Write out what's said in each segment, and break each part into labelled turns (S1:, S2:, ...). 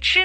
S1: 痴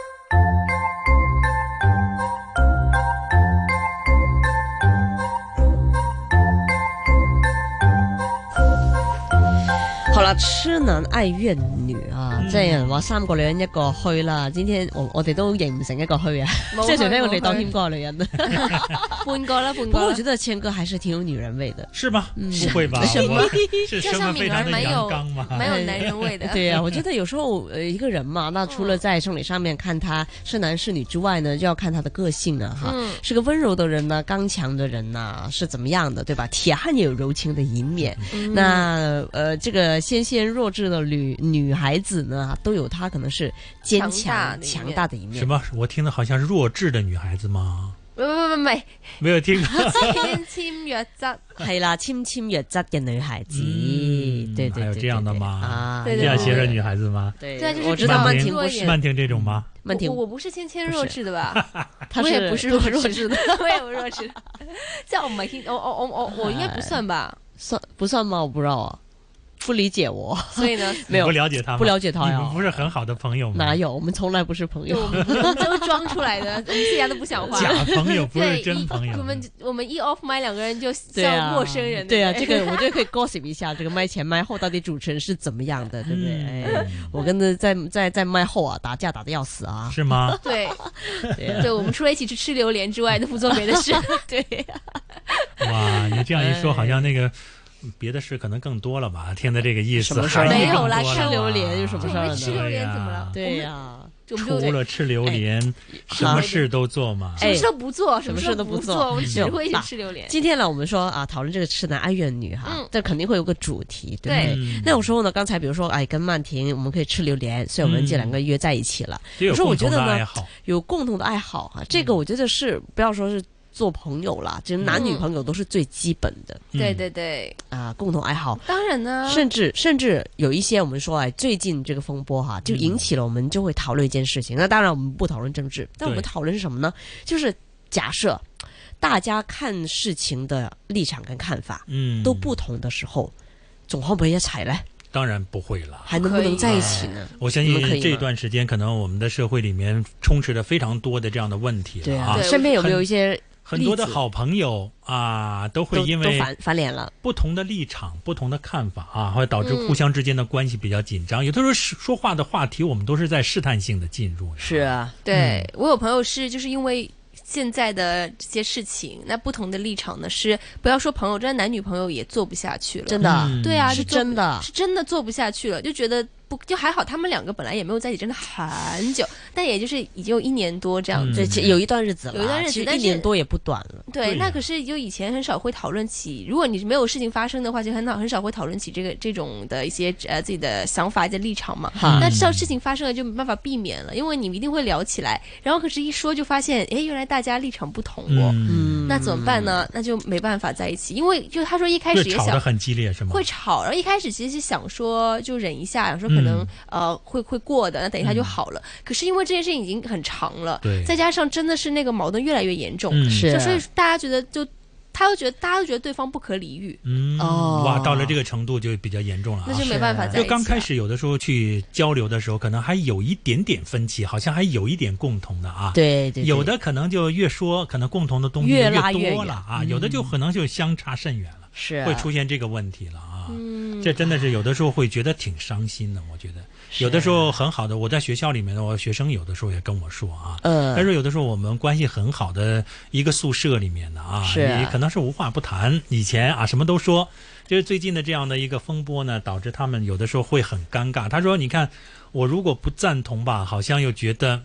S2: 好啦，痴男愛怨女啊，即係人話三個女人一個虛啦。今天我我哋都認唔成一個虛啊，
S3: 冇
S2: 即係
S3: 虛
S2: 除非我
S3: 冇
S2: 哋當
S3: 虛
S2: 謙哥係女人啦。
S3: 半個啦，半
S2: 不
S3: 個
S2: 過我
S3: 啦
S2: 覺。得谦哥還是挺有女人 味的。
S4: 是吗？
S2: 嗯
S4: 不会吧？
S2: 什么
S4: 我
S3: 就
S4: 是身
S3: 像
S4: 份
S3: 敏
S4: 非
S3: 儿
S4: 常的
S3: 没
S4: 阳
S3: 有
S4: 刚吗？
S3: 没有男人味的。
S2: 哎对呀、啊我觉得有时候呃一个人嘛，那除了在生理上面看他是男是女之外呢，就要看他的个性啊哈，
S3: 嗯
S2: 是个温柔的人呢、刚强的人呐、是怎么样的，对吧？ 铁汉也有柔情的一面。
S3: 嗯
S2: 那呃，这个纤纤弱质的女女孩子呢，都有她可能是坚强
S3: 强大的一面
S2: 强大的一面。
S4: 什么？我听的好像弱智的女孩子吗？
S3: 唔唔唔唔係
S4: 没有听过。
S3: 天簽約則，
S2: 系啦，纤纤弱质嘅女孩子，
S4: 嗯
S2: 对对对，
S4: 还有这样的
S2: 对
S4: 吗
S2: 啊，
S3: 对
S4: 这
S3: 对
S4: 样
S3: 对
S4: 写着女孩子吗？
S2: 对
S3: 对就是
S2: 我知道
S4: 曼
S2: 曼
S4: 婷
S2: 婷不
S3: 弱
S2: 是
S3: 点
S4: 曼婷这种吗？
S2: 曼婷
S3: 我，我不是纤纖弱智的吧？
S2: 她
S3: 我也不是弱弱智的， 我也不是弱智的。即係我唔係天，我我我我我應該不算吧？
S2: 算不算吗？我不知道啊，不理解我，
S3: 所以呢，
S2: 没有
S4: 你不了解他吗？
S2: 不了解她
S4: 你
S2: 呀
S4: 们不是很好的朋友吗？
S2: 哪有？我们从来不是朋
S3: 对
S2: 友
S3: 我。们我们都装出來的，我 们自己都不想花。
S4: 假朋友 不
S3: 对，
S4: 是
S3: 一
S4: 真朋友。
S3: 我们我们一 off my 两个人就
S2: 对啊
S3: 像陌生人。
S2: 对啊，
S3: 不
S2: 这个我觉得可以 gossip 一下，这个麦前麦后到底主持人是怎么样 的，对不对？哎，
S4: 嗯，
S2: 我跟他在在在麦后啊打架打的要死啊，
S4: 是吗？
S3: 对
S2: 对 啊
S3: 对，我们除了一起去吃榴莲之外，都不做别的事。对，啊
S4: 哇，你这样一说，好像那个别的事可能更多了吧？听的这个意
S2: 什
S4: 思，
S2: 么事
S4: 含
S2: 儿
S4: 义
S3: 没有
S4: 更
S3: 啦
S4: 多了
S3: 吃
S2: 榴
S4: 吧
S2: 莲有什么
S3: 我
S2: 事儿呢
S3: 们吃榴莲怎么了？
S2: 对啊哎呀、
S3: 我们就
S4: 除了吃榴莲，什么事都做嘛。
S3: 什么事都不做，什
S2: 什么
S3: 么
S2: 事
S3: 事
S2: 都
S3: 不
S2: 不
S3: 做，
S2: 做
S3: 我们只会去吃榴莲。
S2: 今天呢，我们说啊，讨论这个痴男爱怨女哈
S3: 嗯，
S2: 这、肯定会有个主题，对不对？
S4: 嗯
S2: 那有时候呢，刚才比如说，哎，跟曼婷，我们可以吃榴莲，所以我们这两个约在一起了，
S4: 都有
S2: 可是我
S4: 共
S2: 觉
S4: 同
S2: 得
S4: 的
S2: 呢
S4: 爱好。
S2: 有共同的爱好哈、这个我觉得是不要说是做朋友啦，其实男女
S3: 嗯
S2: 朋友都是最基本的
S3: 对
S4: 嗯
S3: 对对，
S2: 啊、共同爱好。
S3: 当然呢，
S2: 甚至甚至有一些我们说哎，最近这个风波哈，就引起了我们就会讨论一件事情。那当然我们不讨论政治，但我们
S4: 对
S2: 讨论是什么呢？就是假设大家看事情的立场跟看法
S4: 嗯，
S2: 都不同的时候，总可不可以一齐呢？
S4: 当然不会了。
S2: 还能不能在一起呢？
S4: 我相
S2: 你们可以
S4: 信这
S2: 吗
S4: 段时间，可能我们的社会里面充斥着非常多的这样的问题
S2: 对
S4: 了
S2: 啊，
S4: 啊
S3: 对，
S2: 身边有没有一些
S4: 很多的
S2: 例子
S4: 好朋友啊，都会
S2: 都
S4: 因
S2: 都
S4: 为
S2: 翻翻脸了？
S4: 不同的立场、不同的看法啊，会导致
S3: 嗯
S4: 互相之间的关系比较紧张。有的时候是说话的话题，我们都是在试探性的进入的。
S2: 啊，
S3: 对我有朋友是就是因为。现在的这些事情，那不同的立场呢，是不要说朋友，真的男女朋友也做不下去了。
S2: 真的
S4: 嗯
S3: 对啊，
S2: 是
S3: 就做不
S2: 真的
S3: 是真的做不下去了，就觉得不就还好，他们两个本来也没有在一起，真的很久，但也就是已经有一年多这样
S4: 嗯
S3: 子。
S2: 这这有一段日子了啊，
S3: 有一段日子
S2: 其实
S3: 但
S2: 一
S3: 是
S2: 年多也不短了。
S3: 对，
S4: 对
S3: 那
S4: 呀
S3: 可是就以前很少会讨论起，如果你是没有事情发生的话，就很少很少会讨论起这个这种的一些呃自己的想法、一些立场嘛。
S4: 嗯
S2: 哈
S3: 那知道事情发生了就没办法避免了，因为你们一定会聊起来，然后可是一说就发现，哎，原来大家立场不同哦，
S4: 嗯，
S3: 那怎么办呢？那就没办法在一起，因为就他说一开
S4: 这
S3: 始也
S4: 吵
S3: 想
S4: 得很激烈是吗？
S3: 会吵，然后一开始其实是想说就忍一下，想说可能、
S4: 嗯
S3: 呃会会过的，那等一下就好了。可是因为这件事情已经很长了，
S4: 对
S3: 再加上真的是那个矛盾越来越严重，
S4: 嗯
S2: 是啊
S3: 就所以大家觉得就他又觉得大家都觉得对方不可理喻，
S4: 嗯，
S2: 哦
S4: 哇，到了这个程度就比较严重了
S3: 那
S4: 啊
S3: 就。没办法在一起
S4: 就
S3: 了
S4: 刚开始有的时候去交流的时候，可能还有一点点分歧，好像还有一点共同的啊。
S2: 对对，对
S4: 有的可能就越说，可能共同的东西
S2: 越
S4: 多
S2: 拉越远
S4: 了啊，有的就可能就相差甚远了，
S2: 是啊
S4: 会出现这个问题了啊。
S3: 嗯，
S4: 这真的是有的时候会觉得挺伤心的，我觉得
S2: 是
S4: 有的时候很好的，我在学校里面的我学生有的时候也跟我说啊，
S2: 呃
S4: 他说有的时候我们关系很好的一个宿舍里面的啊，
S2: 是
S4: 你可能是无话不谈，以前啊什么都说，就是最近的这样的一个风波呢，导致他们有的时候会很尴尬。他说，你看我如果不赞同吧，好像又觉得。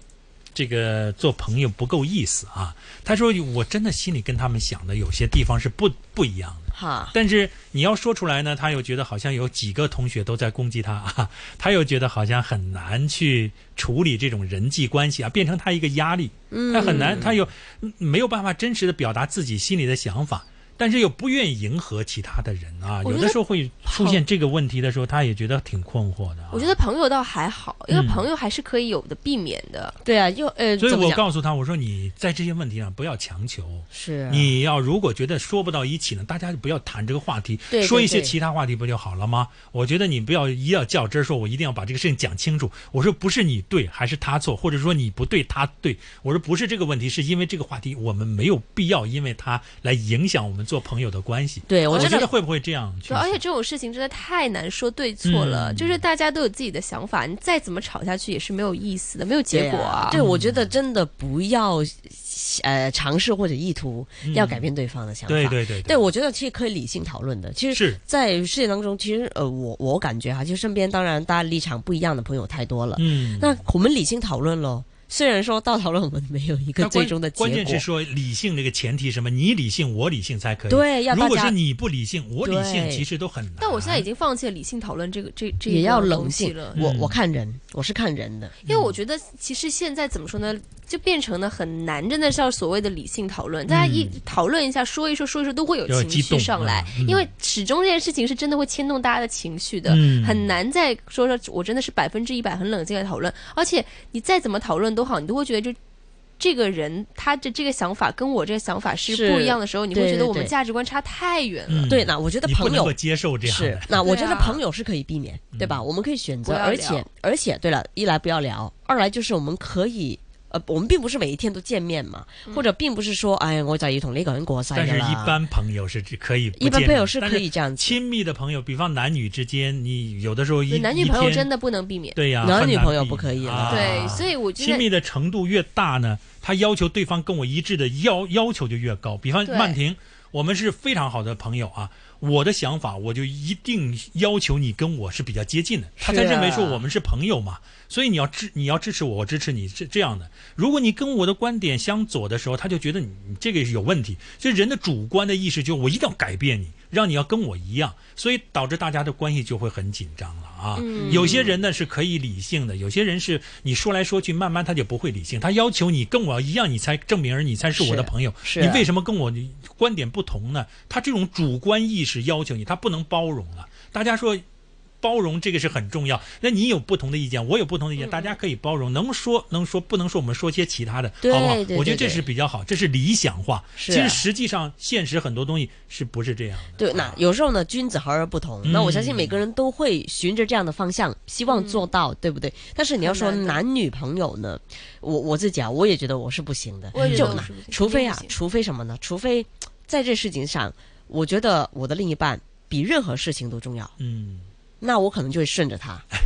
S4: 这个做朋友不够意思啊！他说：“我真的心里跟他们想的有些地方是不不一样的。”
S2: 哈，
S4: 但是你要说出来呢，他又觉得好像有几个同学都在攻击他啊，他又觉得好像很难去处理这种人际关系啊，变成他一个压力，他很难，他又嗯没有办法真实的表达自己心里的想法。但是又不愿意迎合其他的人啊。
S3: 我觉
S4: 有
S3: 得
S4: 的时候会出现这个问题的时候，他也觉得挺困惑的、啊。
S3: 我觉得，朋友倒还好，因为
S4: 嗯
S3: 朋友还是可以有的避免的。
S2: 对啊，又呃，
S4: 所以
S2: 怎么
S4: 我
S2: 讲
S4: 告诉他，我说你在这些问题上不要强求。
S2: 是啊
S4: 你要如果觉得说不到一起呢，大家就不要谈这个话题，
S2: 对对
S4: 说一些
S2: 对
S4: 其他话题不就好了吗？我觉得你不要一要较真儿，说我一定要把这个事情讲清楚。我说不是你对还是他错，或者说你不对他对，我说不是这个问题，是因为这个话题我们没有必要因为他来影响我们做朋友的关系。
S2: 对
S4: 我
S2: 我真
S4: 觉得
S2: 的
S4: 会不会这样去
S3: 对，
S4: 想？
S3: 而且这种事情真的太难说对错了，
S4: 嗯
S3: 就是大家都有自己的想法，你再怎么吵下去也是没有意思的，没有结果啊。
S2: 对，我觉得真的不要呃尝试或者意图
S4: 嗯
S2: 要改变对方的想法。
S4: 对对对
S2: 对，我觉得其实可以理性讨论的。其实，
S4: 是
S2: 在世界当中，其实呃，我我感觉哈，就身边当然大家立场不一样的朋友太多了。
S4: 嗯，
S2: 那我们理性讨论咯，虽然说到讨论我们没有一
S4: 那
S2: 个最终的结果，
S4: 关关键是说理性这个前提是什么？你理性，我理性才可以。
S2: 对要
S4: 如
S2: 大
S4: 果是
S2: 家
S4: 你不理性，我理性，
S2: 对
S4: 其实都很难。
S3: 但我现在已经放弃了理性讨论这个这这一
S2: 也要
S3: 个
S2: 冷
S3: 东西
S2: 静
S3: 了。，
S2: 我
S4: 嗯
S2: 我看人，我是看人的。
S3: 因为我觉得其实现在怎么说呢，就变成了很难，真的是要所谓的理性讨论。大家一讨论一下，说一说，说一说，都会有
S4: 嗯有
S3: 情
S4: 激
S3: 绪
S4: 动
S3: 上来，
S4: 嗯嗯
S3: 因为始终这件事情是真的会牵动大家的情绪的，
S4: 嗯
S3: 很难再说说我真的是百分之一百很冷静的讨论。而且你再怎么讨论都好，你都会觉得就。这个人他的这个想法跟我这个想法是
S2: 是
S3: 不一样的时候，你会
S2: 对
S3: 觉得
S2: 对
S3: 我们
S2: 对
S3: 价值观差太远了。
S4: 嗯
S2: 对，那我觉得
S4: 你不
S2: 朋
S4: 能
S2: 友
S4: 够接受这样
S2: 是
S4: 的，。嗯
S2: 那 我
S3: 对
S2: 觉得
S3: 啊
S2: 朋友是可以避免，对吧？我们可以选择，
S3: 不要
S2: 而且
S3: 聊
S2: 而且，对了，一来不要聊，二来就是我们可以。呃，我们并不是每一天都见面嘛，
S3: 嗯
S2: 或者并不是说，哎，我就要同呢個人過世
S4: 但是，
S2: 㗎啦
S4: 一般朋友是只可以不
S2: 一般
S4: 见
S2: 朋友
S4: 面
S2: 是
S4: 但
S2: 可以这样子，
S4: 亲密的朋友，比方男女之间，你有的时候一
S3: 男女朋友真
S4: 的
S3: 的不能避免。
S4: 对呀、
S2: 男
S4: 很
S2: 女
S4: 难
S2: 朋友
S4: 避
S2: 不可以了
S4: 啊、
S3: 对，所以我觉
S4: 亲
S3: 得
S4: 密的程度越大呢，他要求对方跟我一致的要要求就越高。比方
S3: 对
S4: 曼婷，我们是非常好的朋友啊，我的想法我就一定要求你跟我是比较接近的，他才
S2: 是啊
S4: 认为说我们是朋友嘛。所以你要支你要支持我，我支持你是这样的。如果你跟我的观点相左的时候，他就觉得你你这个有问题。所以人的主观的意识就是我一定要改变你，让你要跟我一样，所以导致大家的关系就会很紧张了啊。
S3: 嗯
S4: 有些人呢是可以理性的，有些人是你说来说去，慢慢他就不会理性，他要求你跟我一样，你才证明你才是我的朋友。
S2: 是
S4: 你为什么跟我观点不同呢？他这种主观意识要求你，他不能包容了。大家说。包容这个是很重要。那你有不同的意见，我有不同的
S2: 嗯
S4: 意见，大家可以包容，能说能说，不能说我们说些其他的，
S2: 对
S4: 好不好
S2: 对？对
S4: 我觉得这
S2: 对
S4: 是比较好，这是理想化。
S2: 是啊
S4: 其实实际上现实很多东西是不是这样的？
S3: 啊
S4: 啊
S2: 对，那有时候呢，君子和而不
S3: 嗯
S2: 同。那我相信每个人都会循着这样的方向，希望做到，
S3: 嗯
S2: 对不对？但是你要说
S3: 很难的
S2: 男女朋友呢，我我自己啊，我也觉得我是不行的。
S3: 我也觉
S2: 就
S3: 得我
S2: 那
S3: 是不行
S2: 除非啊
S3: 肯定不，行
S2: 除非什么呢？除非在这事情上，我觉得我的另一半比任何事情都重要，
S4: 嗯，
S2: 那我可能就会顺着他。
S3: 哎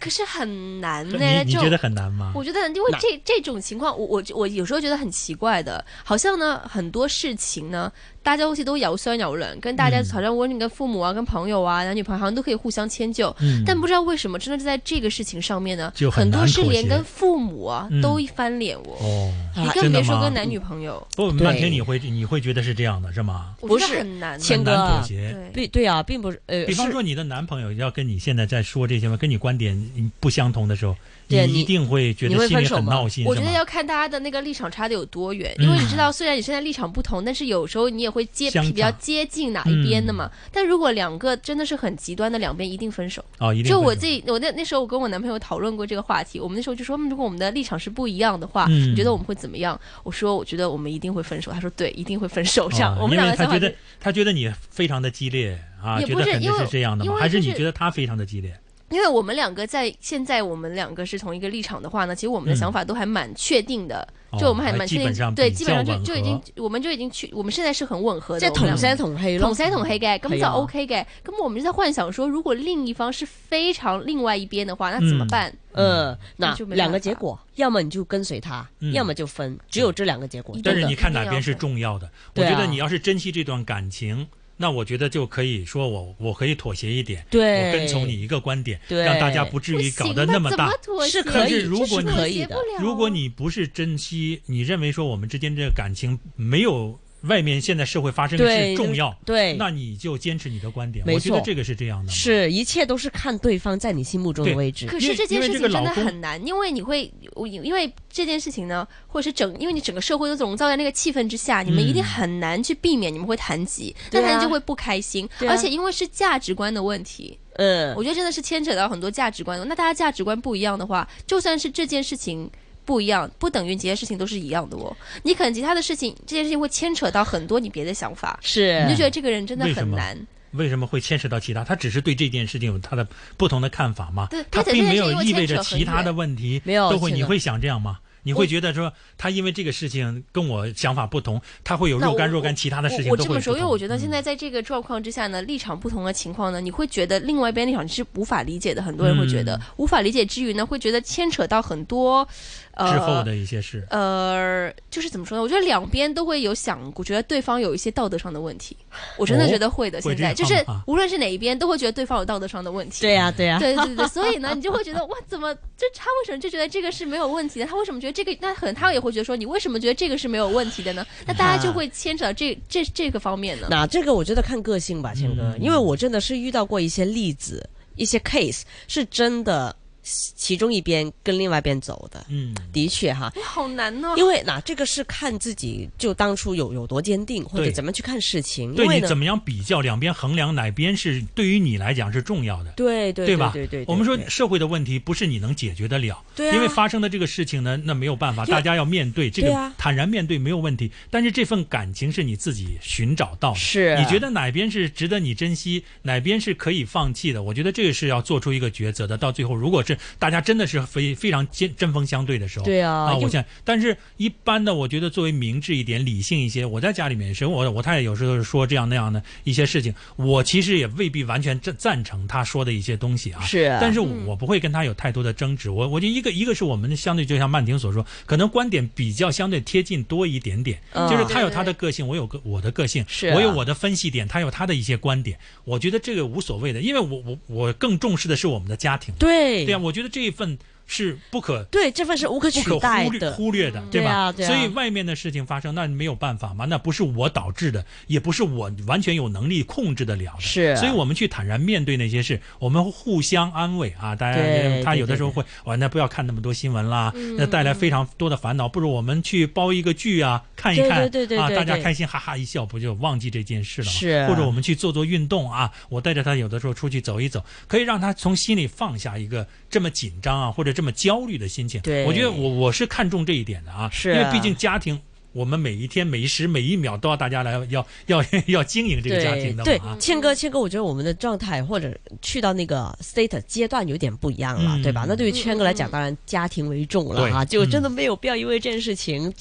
S3: 可是很难呢、
S4: 你你
S3: 这种
S4: 觉得很难吗？
S3: 我觉得，因为
S2: 那
S3: 这这种情况，我我我有时候觉得很奇怪的，好像呢很多事情呢，大家好似都有酸有人，跟大家
S4: 嗯
S3: 好像无论你跟父母啊、跟朋友啊、男女朋友，好像都可以互相迁就。
S4: 嗯
S3: 但不知道为什么，真的在这个事情上面呢，
S4: 就很
S3: 很多
S4: 难
S3: 是
S4: 妥
S3: 连
S4: 协
S3: 跟父母啊、
S4: 嗯
S3: 都一翻脸我，
S4: 哦，
S3: 你
S2: 啊
S3: 更
S4: 真的
S3: 别说
S4: 吗
S3: 跟男女朋友，
S4: 不，
S2: 对
S4: 曼婷，你会你会觉得是这样的，是吗？
S3: 我
S2: 不
S3: 觉得
S2: 是
S3: 很难的。
S2: 千
S4: 很
S2: 哥
S4: 难妥
S2: 啊
S4: 协。
S3: 对，
S2: 对对啊，并不是呃，
S4: 比方
S2: 是
S4: 说，你的男朋友要跟你现在在说这些吗？跟你观点不相同的时候，
S2: 对
S4: 一
S2: 你
S4: 定会觉
S2: 你
S4: 得
S2: 会
S4: 心里
S2: 分手
S4: 很
S2: 吗
S4: 闹心，
S3: 我
S4: 是
S3: 觉得
S4: 吗？嗯
S3: 要看大家的那个立场差的有多远，因为你知道，虽然你现在立场不同，但是有时候你也会接
S4: 相差嗯
S3: 比较接近哪一边的嘛。但如果两个真的是很极端的，两边一定分手。
S4: 哦，一定
S3: 就
S4: 会
S3: 我
S4: 有
S3: 自己，我那那时候我跟我男朋友讨论过这个话题，我们那时候就说，嗯如果我们的立场是不一样的话，
S4: 嗯
S3: 你觉得我们会怎么样？我说，我觉得我们一定会分手。他说，对，一定会分手。这样，
S4: 哦
S3: 我们
S4: 因
S3: 两
S4: 为
S3: 个
S4: 他
S3: 想法
S4: 觉
S3: 就
S4: 得他觉得你非常的激烈啊，
S3: 也
S4: 觉
S3: 不
S4: 得
S3: 是
S4: 肯定
S3: 因为
S4: 是这样的
S3: 因
S4: 吗？
S3: 为
S4: 还
S3: 就
S4: 是你
S3: 是
S4: 觉得他非常的激烈？
S3: 因为我们两个在现在我们两个是同一个立场的话呢，其实我们的
S4: 嗯
S3: 想法都还蛮确定的，
S4: 哦
S3: 就我们还蛮
S4: 基
S3: 确
S4: 本
S3: 定，
S4: 上
S3: 对，
S4: 比
S3: 基本上
S4: 较
S3: 就
S4: 吻
S3: 就
S4: 合
S3: 已经，我们就已經去，我們現在是很吻合
S2: 即
S3: 的，我
S2: 係
S3: 們
S2: 同
S3: 兩
S2: 聲同氣
S3: 個
S2: 咯，
S3: 同聲同氣嘅，咁
S2: 係
S3: 就
S2: 啊
S3: OK 嘅。咁我們就在幻想說，如果另一方是非常另外一邊的話，那怎麼辦？
S4: 嗯
S2: 呃，那
S3: 嗯那就没
S2: 两个
S3: 办法
S2: 结果，要么你就跟随他，
S4: 嗯
S2: 要么就分，只有这两个结果
S3: 一。定
S4: 但
S2: 真
S4: 是
S2: 的
S4: 你看哪边
S3: 一定
S4: 是
S3: 要分
S4: 重要的？我
S2: 对啊
S4: 觉得你要是珍惜这段感情，那我觉得就可以说我我可以妥协一点，
S2: 对
S4: 我跟从你一个观点，
S2: 对
S4: 让大家不至
S3: 不
S4: 于
S3: 行
S4: 搞
S3: 吧，
S4: 得那么
S3: 怎
S4: 大
S3: 么。妥
S2: 是
S3: 協
S2: 可
S4: 但
S2: 以
S4: 是如
S2: 这
S4: 果
S2: 是
S4: 你
S2: 可以的
S3: 妥協不了
S4: 如果你不是珍惜，你认为说我们之间这个感情没有外面现在社会发生的
S2: 对
S4: 事重要，
S2: 对，
S4: 那你就坚持你的观点。
S2: 没
S4: 我觉得
S2: 错
S4: 这个是这样的。。
S2: 是一切都是看对方在你心目中的位置。
S3: 可
S4: 因
S3: 是
S4: 为
S3: 这件
S4: 因为
S3: 事
S4: 这
S3: 情
S4: 个
S3: 真
S4: 老
S3: 的
S4: 公
S3: 很难，因为你会，我因因为这件事情呢，或者是整，因为你整个社会都笼罩在那个气氛之下，你们一定很难去避免你们会谈及，
S2: 对
S3: 那
S2: 啊
S3: 谈及就会不开心，
S2: 对啊
S3: 而且因为是价值观的问题，
S2: 嗯，
S3: 我觉得真的是牵扯到很多价值观的。那大家价值观不一样的话，就算是这件事情不一样，不等于其他事情都是一样的哦。你可能其他的事情，这件事情会牵扯到很多你别的想法，
S2: 是
S3: 你就觉得这个人真的
S4: 嗯为什
S3: 很
S4: 么
S3: 难。
S4: 为什么会牵扯到其他？他只是对这件事情有他的不同的看法嘛
S3: 对？
S4: 他
S3: 而且
S4: 并
S3: 这件
S4: 没
S3: 事情
S4: 有
S3: 又
S4: 意味
S3: 牵
S4: 着
S3: 扯很
S4: 其他的问题
S2: 没有
S4: 都会，
S2: 这个
S4: 你会想这样吗？你会觉得说他因为这个事情跟我想法不同，他会有
S3: 那
S4: 若干
S3: 我
S4: 若干其他的事情
S3: 我我
S4: 都
S3: 这
S4: 会
S3: 么
S4: 不
S3: 说，因为
S4: 同
S3: 我觉得
S4: 嗯
S3: 现在在这个状况之下呢，立场不同的情况呢，你会觉得另外一边立场是无法理解的，很多人会觉得、
S4: 嗯
S3: 无法理解之余呢，会觉得牵扯到很多呃
S4: 之后的一些事，
S3: 呃，就是怎么说呢？我觉得两边都会有想，我觉得对方有一些道德上的问题，我真的
S4: 哦
S3: 觉得会的。
S4: 会
S3: 现
S4: 这
S3: 在
S4: 样
S3: 就是
S4: 啊
S3: 无论是哪一边，都会觉得对方有道德上的问题。
S2: 对呀、啊对呀、
S3: 对对对，所以呢，你就会觉得哇，怎么这他为什么就觉得这个是没有问题的？他为什么觉得这个？那可能他也会觉得说，你为什么觉得这个是没有问题的 呢？那大家就会牵扯到这这这个方面呢。
S2: 那这个我觉得看个性吧，谦哥，
S4: 嗯
S2: 因为我真的是遇到过一些例子，一些 case 是真的，其中一边跟另外一边走的，
S4: 嗯，
S2: 的确哈。
S3: 好难哦呢、
S2: 因为那这个是看自己就当初有有多坚定，或者
S4: 对
S2: 怎么去看事情。
S4: 对
S2: 因为
S4: 你
S2: 呢
S4: 怎么样比较，两边衡量哪边是对于你来讲是重要的。
S2: 对对
S4: 吧？
S2: 对对，对
S4: 我们说
S2: 对
S4: 社会的问题不是你能解决得了，
S2: 对啊
S4: 因为发生的这个事情呢，那没有办法，
S2: 因为
S4: 大家要面对这
S2: 对
S4: 个
S2: 啊，
S4: 坦然面对没有问题。但是这份感情是你自己寻找到的，
S2: 是
S4: 你觉得哪边是值得你珍惜，哪边是可以放弃的？我觉得这个是要做出一个抉择的。到最后，如果是大家真的是非非常尖针锋相对的时候，
S2: 对啊
S4: 啊，
S2: 因为
S4: 我想，但是一般的，我觉得作为明智一点、理性一些，我在家里面也是，我我太太有时候是说这样那样的一些事情，我其实也未必完全赞赞成她说的一些东西啊，
S2: 是
S4: 但是我不会跟他有太多的争执。我我觉得一个一个是我们相对就像曼婷所说，可能观点比较相对贴近多一点点，
S2: 嗯
S4: 就是他有他的个性，我有个我的个性，
S2: 是啊
S4: 我有我的分析点，他有他的一些观点。我觉得这个无所谓的，因为我我我更重视的是我们的家庭。
S2: 对
S4: 对啊，我觉得这一份是不可
S2: 对这份是无
S4: 不
S2: 可取
S4: 可
S2: 代
S4: 忽略
S2: 的，
S4: 忽略的，
S2: 对
S4: 吧？
S2: 啊对啊
S4: 所以外面的事情发生，那没有办法嘛，那不是我导致的，也不是我完全有能力控制得了的。
S2: 是啊
S4: 所以我们去坦然面对那些事，我们互相安慰啊。大家
S2: 对
S4: 他
S2: 对
S4: 有的时候
S2: 对嗯
S4: 会，哇，那不要看那么多新闻啦，那带来非常多的烦恼，不如我们去煲一个剧啊，看一看，
S2: 对对对对
S4: 啊，
S2: 对
S4: 大家
S2: 对
S4: 开心哈哈一笑，不就忘记这件事了吗？
S2: 是啊
S4: 或者我们去做做运动啊，我带着他有的时候出去走一走，可以让他从心里放下一个这么紧张啊或者这么焦虑的心情。
S2: 对
S4: 我觉得我我是看重这一点的啊，
S2: 是
S4: 因为毕竟家庭。我们每一天、每一时、每一秒都要大家来要 要要经营这个家庭的
S2: 对
S4: 嘛啊，，
S2: 谦哥，谦哥，我觉得我们的状态或者去到那个 state 阶段有点不一样了，
S4: 嗯
S2: 对吧？那对于谦哥来讲，当然家庭为重了哈，
S4: 对嗯
S2: 就真的没有必要因为这件事情，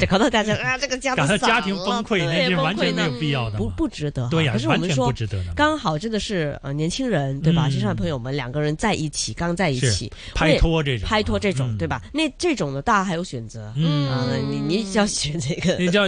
S2: 这搞到大家 啊，这个家都
S4: 搞到
S2: 散
S4: 家庭
S2: 了
S4: 崩溃，
S2: 对
S4: 那是
S2: 崩
S4: 完全
S2: 溃
S4: 没
S2: 呢
S4: 有必要的
S2: 不
S4: 嘛。
S2: 不值得哈。
S4: 对呀
S2: 可，是我
S4: 完
S2: 们
S4: 全不
S2: 说。
S4: 值得的嘛。
S2: 刚好真的是呃年轻人对吧？
S4: 嗯
S2: 青少年朋友们两个人在一起，刚在一
S4: 是
S2: 起，我
S4: 拍
S2: 也
S4: 拖这种啊，
S2: 拍拖这种
S4: 嗯
S2: 对？吧？那这种的大家还有选择
S4: 嗯，
S2: 啊，你你只要选这个
S4: 那叫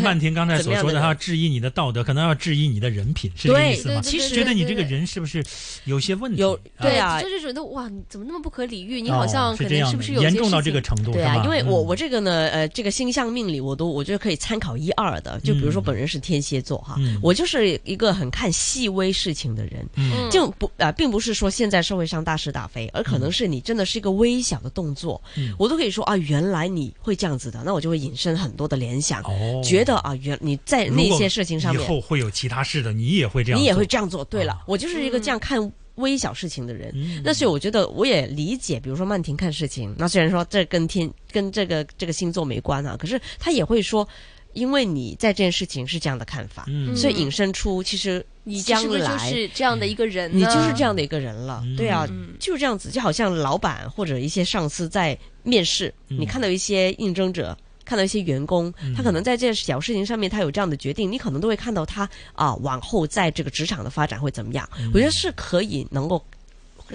S4: 曼婷刚才所说
S2: 怎么样
S4: 的，
S2: 的人
S4: 他要质疑你的道德，可能要质疑你的人品，是这个
S2: 对
S4: 意思吗？
S3: 对对对对
S4: 觉得你
S3: 对
S4: 这个
S3: 对
S4: 人是不是有些问题？
S2: 有对啊
S3: 就是觉得哇，你怎么那么不可理喻？你
S4: 哦
S3: 好像
S4: 是
S3: 可
S4: 这
S3: 能
S4: 样
S3: 是
S4: 的
S3: 不是有些
S4: 严重到
S3: 事
S4: 这个
S3: 情
S4: 程度？
S2: 对
S4: 是
S2: 啊
S4: 吧，
S2: 因为我我
S4: 嗯
S2: 这个呢，呃，这个星象命理我都我觉得可以参考一二的，就比如说
S4: 嗯
S2: 本人是天蝎座哈，
S4: 嗯
S2: 我就是一个很看细微事情的人。
S4: 嗯
S2: 就不啊、并不是说现在社会上大是大非，而可能是你真的是一个微小的动作，
S4: 嗯
S2: 我都可以说啊，原来你会这样子的，那我就会引申很多的联想，
S4: 哦，
S2: 觉得啊，原你在
S4: 如
S2: 那
S4: 果
S2: 些事情上
S4: 以
S2: 面，
S4: 后会有其他事的，你也会这样，
S2: 你也会。这样做。对了，
S4: 啊
S2: 我就是一个这样看微小事情的人。
S4: 嗯
S2: 那所以我觉得我也理解，比如说曼婷看事情，那虽然说这跟天跟这个这个星座没关啊，可是她也会说，因为你在这件事情是这样的看法，
S4: 嗯，
S2: 所以引申出其实
S3: 你
S2: 将
S3: 是不是就
S2: 来
S3: 是这样的一个人呢？
S2: 你就是这样的一个人了，
S4: 嗯
S2: 对啊
S3: 嗯，
S2: 就是这样子，就好像老板或者一些上司在面试，
S4: 嗯
S2: 你看到一些应征者。看到一些员工，
S4: 嗯
S2: 他可能在这小事情上面，他有这样的决定，你可能都会看到他啊，往后在这个职场的发展会怎么样？
S4: 嗯
S2: 我觉得是可以能够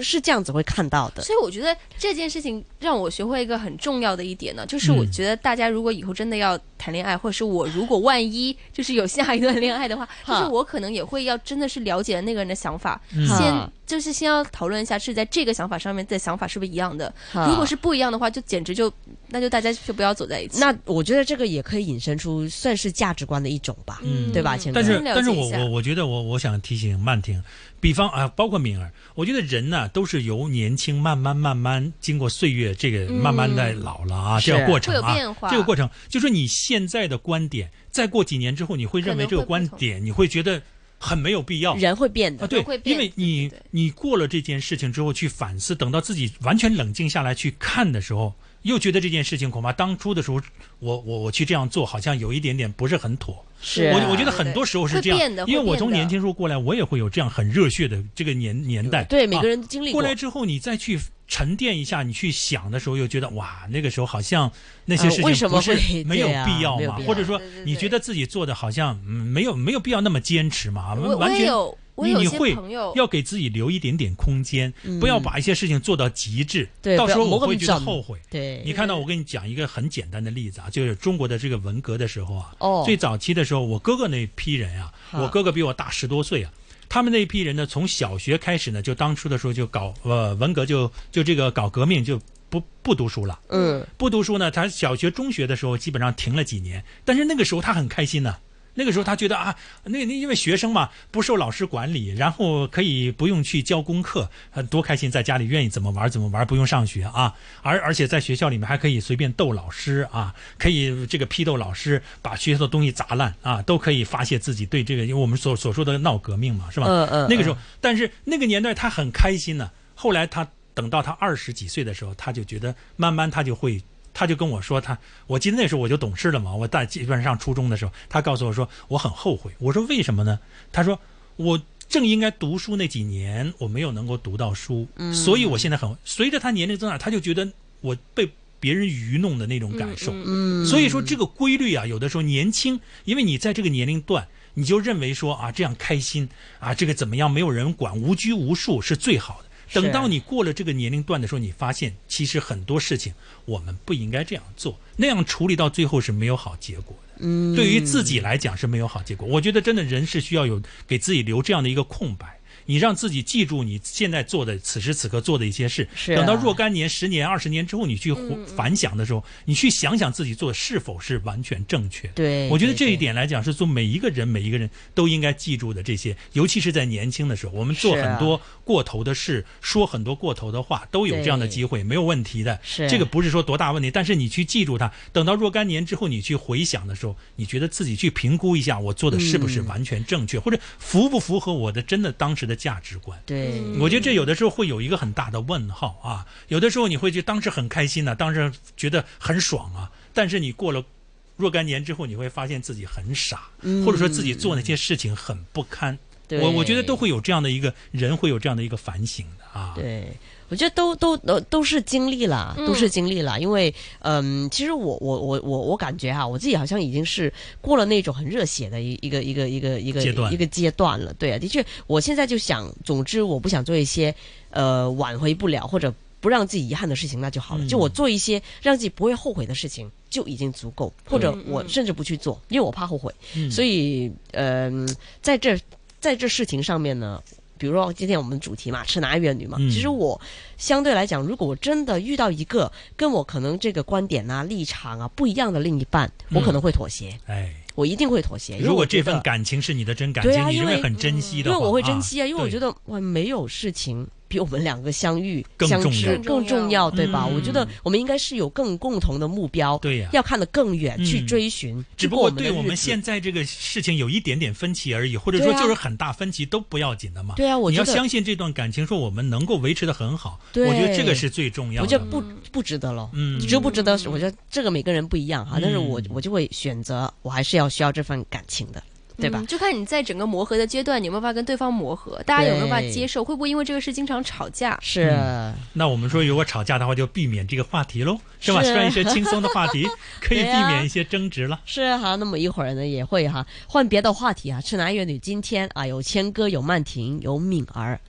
S2: 是这样子会看到的。
S3: 所以我觉得这件事情让我学会一个很重要的一点呢，就是我
S4: 嗯
S3: 觉得大家如果以后真的要谈恋爱，或者是我如果万一就是有下一段恋爱的 话，就
S2: 哈
S3: 是我可能也会要真的是了解那个人的想法，
S4: 嗯
S3: 先
S2: 哈
S3: 就是先要讨论一下是在这个想法上面的想法是不是一样的。
S2: 哈
S3: 如果是不一样的话，就简直就那就大家就不要走在一起。
S2: 那我觉得这个也可以引申出算是价值观的一种吧，
S4: 嗯
S2: 对吧？钱
S4: 但
S2: 哥
S4: 是
S3: 先，了
S4: 但是
S3: 解
S4: 我
S3: 一下
S4: 我我觉得我我想提醒曼婷，比方啊，包括敏儿，我觉得人呢、都是由年轻慢慢慢慢经过岁月，这个慢慢的老了啊，
S2: 嗯
S4: 这个
S2: 是
S4: 过程
S3: 会有
S4: 啊
S3: 变化，
S4: 这个过程就是你现在的观点，再过几年之后，你会认为
S3: 可能会
S4: 这个观
S3: 不
S4: 点，你会觉得很没有必要。
S2: 人会变
S4: 啊，
S2: 的，
S4: 对
S3: 会，变
S4: 因为
S3: 对
S4: 你
S3: 对对
S4: 你过了这件事情之后去反思，等到自己完全冷静下来去看的时候，又觉得这件事情恐怕当初的时候，我我我去这样做好像有一点点不是很妥。
S2: 是
S4: 我我觉得很多时候是这
S3: 啊会变的
S4: 样，
S3: 会
S4: 因为我
S3: 变
S4: 从
S3: 的
S4: 年轻时候过来，我也会有这样很热血的这个年年代。
S2: 对每
S4: 啊
S2: 个人都经历
S4: 过来之后，你再去沉淀一下，你去想的时候，又觉得哇，那个时候好像那些
S3: 呃
S2: 啊
S4: 事情
S2: 为什么
S4: 不是
S2: 会
S4: 没有
S2: 对啊
S4: 必要
S2: 没有
S4: 嘛，
S2: 必要
S4: 或者说
S3: 对对对
S4: 你觉得自己做的好像嗯没有没有必要那么坚持嘛，
S3: 我我
S4: 完
S3: 也
S4: 全
S3: 有我
S4: 你
S3: 有
S4: 你
S3: 些
S4: 会
S3: 朋
S2: 哦
S3: 友
S4: 要给自己留一点点空间，不要把一些事情做到极致，
S2: 嗯对
S4: 到时候
S2: 不要
S4: 我
S2: 磨
S4: 会
S2: 个
S4: 觉得
S2: 整
S4: 后悔。你
S2: 对，
S4: 看到我跟你讲一个很简单的例子啊，就是中国的这个文革的时候啊，
S2: 哦
S4: 最早期的时候，我哥哥那批人啊，
S2: 哈
S4: 我哥哥比我大十多岁啊，他们那批人呢，从小学开始呢，就当初的时候就搞呃文革就就这个搞革命就不不读书了。
S2: 嗯，
S4: 不读书呢，他小学、中学的时候基本上停了几年，但是那个时候他很开心呢、那个时候他觉得啊，那那因为学生嘛，不受老师管理，然后可以不用去交功课，呃多开心，在家里愿意怎么玩怎么玩，不用上学啊。而而且在学校里面还可以随便逗老师啊，可以这个批斗老师，把学校的东西砸烂啊，都可以发泄自己对这个，因为我们所所说的闹革命嘛，是吧？
S2: 嗯嗯
S4: 那个时候，但是那个年代他很开心呢、后来他等到他二十几岁的时候，他就觉得慢慢他就会，他就跟我说他，我记得那时候我就懂事了嘛，我在基本上初中的时候，他告诉我说我很后悔。我说为什么呢？他说我。正应该读书那几年，我没有能够读到书，
S2: 嗯
S4: 所以我现在很随着他年龄增长，他就觉得我被别人愚弄的那种感受，
S2: 嗯，
S4: 所以说这个规律啊，有的时候年轻，因为你在这个年龄段，你就认为说啊这样开心啊，这个怎么样没有人管，无拘无束是最好的。等到你过了这个年龄段的时候，你发现其实很多事情我们不应该这样做，那样处理到最后是没有好结果的。嗯，对于自己来讲是没有好结果。我觉得真的人是需要有给自己留这样的一个空白，你让自己记住你现在做的此时此刻做的一些事，
S2: 是啊嗯
S4: 等到若干年、十年、二十年之后，你去回反想的时候，你去想想自己做的是否是完全正确的。
S2: 对，
S4: 我觉得
S2: 对
S4: 这一
S2: 对
S4: 点来讲，是做每一个人、每一个人都应该记住的这些，尤其是在年轻的时候，我们做
S2: 是啊
S4: 很多过头的事，说很多过头的话，都有这样的
S2: 对
S4: 机会，没有问题的。
S2: 是
S4: 这个不是说多大问题，但是你去记住它，等到若干年之后，你去回想的时候，你觉得自己去评估一下，我做的是不是
S2: 嗯
S4: 完全正确，或者符不符合我的真的当时的价值观。
S2: 对。
S3: 嗯
S4: 我觉得这有的时候会有一个很大的问号啊，有的时候你会觉得当时很开心呢、当时觉得很爽啊，但是你过了若干年之后，你会发现自己很傻，或者说自己做那些事情很不堪。
S2: 嗯对
S4: 我我觉得都会有这样的一个人会有这样的一个反省的啊。嗯
S2: 对，我觉得都都都都是经历了，都是经历了。因为嗯，其实我我我我我感觉哈、啊我自己好像已经是过了那种很热血的一一个一个一个一个
S4: 阶段
S2: 一个阶段了。对啊，的确，我现在就想，总之我不想做一些呃挽回不了或者不让自己遗憾的事情，那就好了。
S4: 嗯
S2: 就我做一些让自己不会后悔的事情。就已经足够，或者
S3: 嗯
S2: 我
S3: 嗯
S2: 甚至不去做，因为我怕后悔。
S4: 嗯
S2: 所以，嗯、在这在这事情上面呢，比如说今天我们主题嘛，痴男怨女嘛，
S4: 嗯
S2: 其实我相对来讲，如果我真的遇到一个跟我可能这个观点啊、立场啊不一样的另一半，我可能会妥协，
S4: 哎，
S2: 我一定会妥协。因为
S4: 嗯如果
S2: 我觉
S4: 这
S2: 得
S4: 份感情是你的真感情，
S2: 对啊
S4: 你认
S2: 因
S4: 为
S2: 为
S4: 很珍惜
S2: 因
S4: 的
S2: 为
S4: 话，
S2: 我会珍惜啊，因为我觉
S4: 得
S2: 得我没有事情比我们两个相遇、
S4: 更
S2: 相
S4: 重
S2: 知
S4: 要
S2: 更重要，对吧？
S4: 嗯
S2: 我觉得我们应该是有更共同的目标，
S4: 对呀、
S2: 要看得更远，
S4: 嗯
S2: 去追寻。
S4: 只不
S2: 过
S4: 过
S2: 们
S4: 对
S2: 的
S4: 我
S2: 日
S4: 们
S2: 子
S4: 现在这个事情有一点点分歧而已，或者说
S2: 对啊
S4: 就是很大分歧都不要紧的嘛。
S2: 对啊，我
S4: 你
S2: 觉
S4: 要
S2: 得
S4: 相信这段感情，说我们能够维持的很好，
S2: 对
S4: 我觉得这个是最重要
S2: 我觉
S4: 的
S2: 得
S4: 嘛。
S2: 不不值得咯。
S4: 嗯
S2: 值不值得？我觉得这个每个人不一样哈，啊但是我
S4: 嗯
S2: 我就会选择，我还是要需要这份感情的，对吧
S3: 嗯？就看你在整个磨合的阶段，你有没有办法跟对方磨合，大家有没有办法
S2: 对
S3: 接受，会不会因为这个事经常吵架？
S2: 是，
S4: 那我们说，如果吵架的话，就避免这个话题喽，是 吧？
S2: 是
S4: 选一些轻松的话 题，可以避
S2: 对啊
S4: 免一些争执了。
S2: 是哈，那么一会儿呢也会哈，换别的话题啊，痴男怨女，今天啊有谦哥，有曼婷，有敏儿，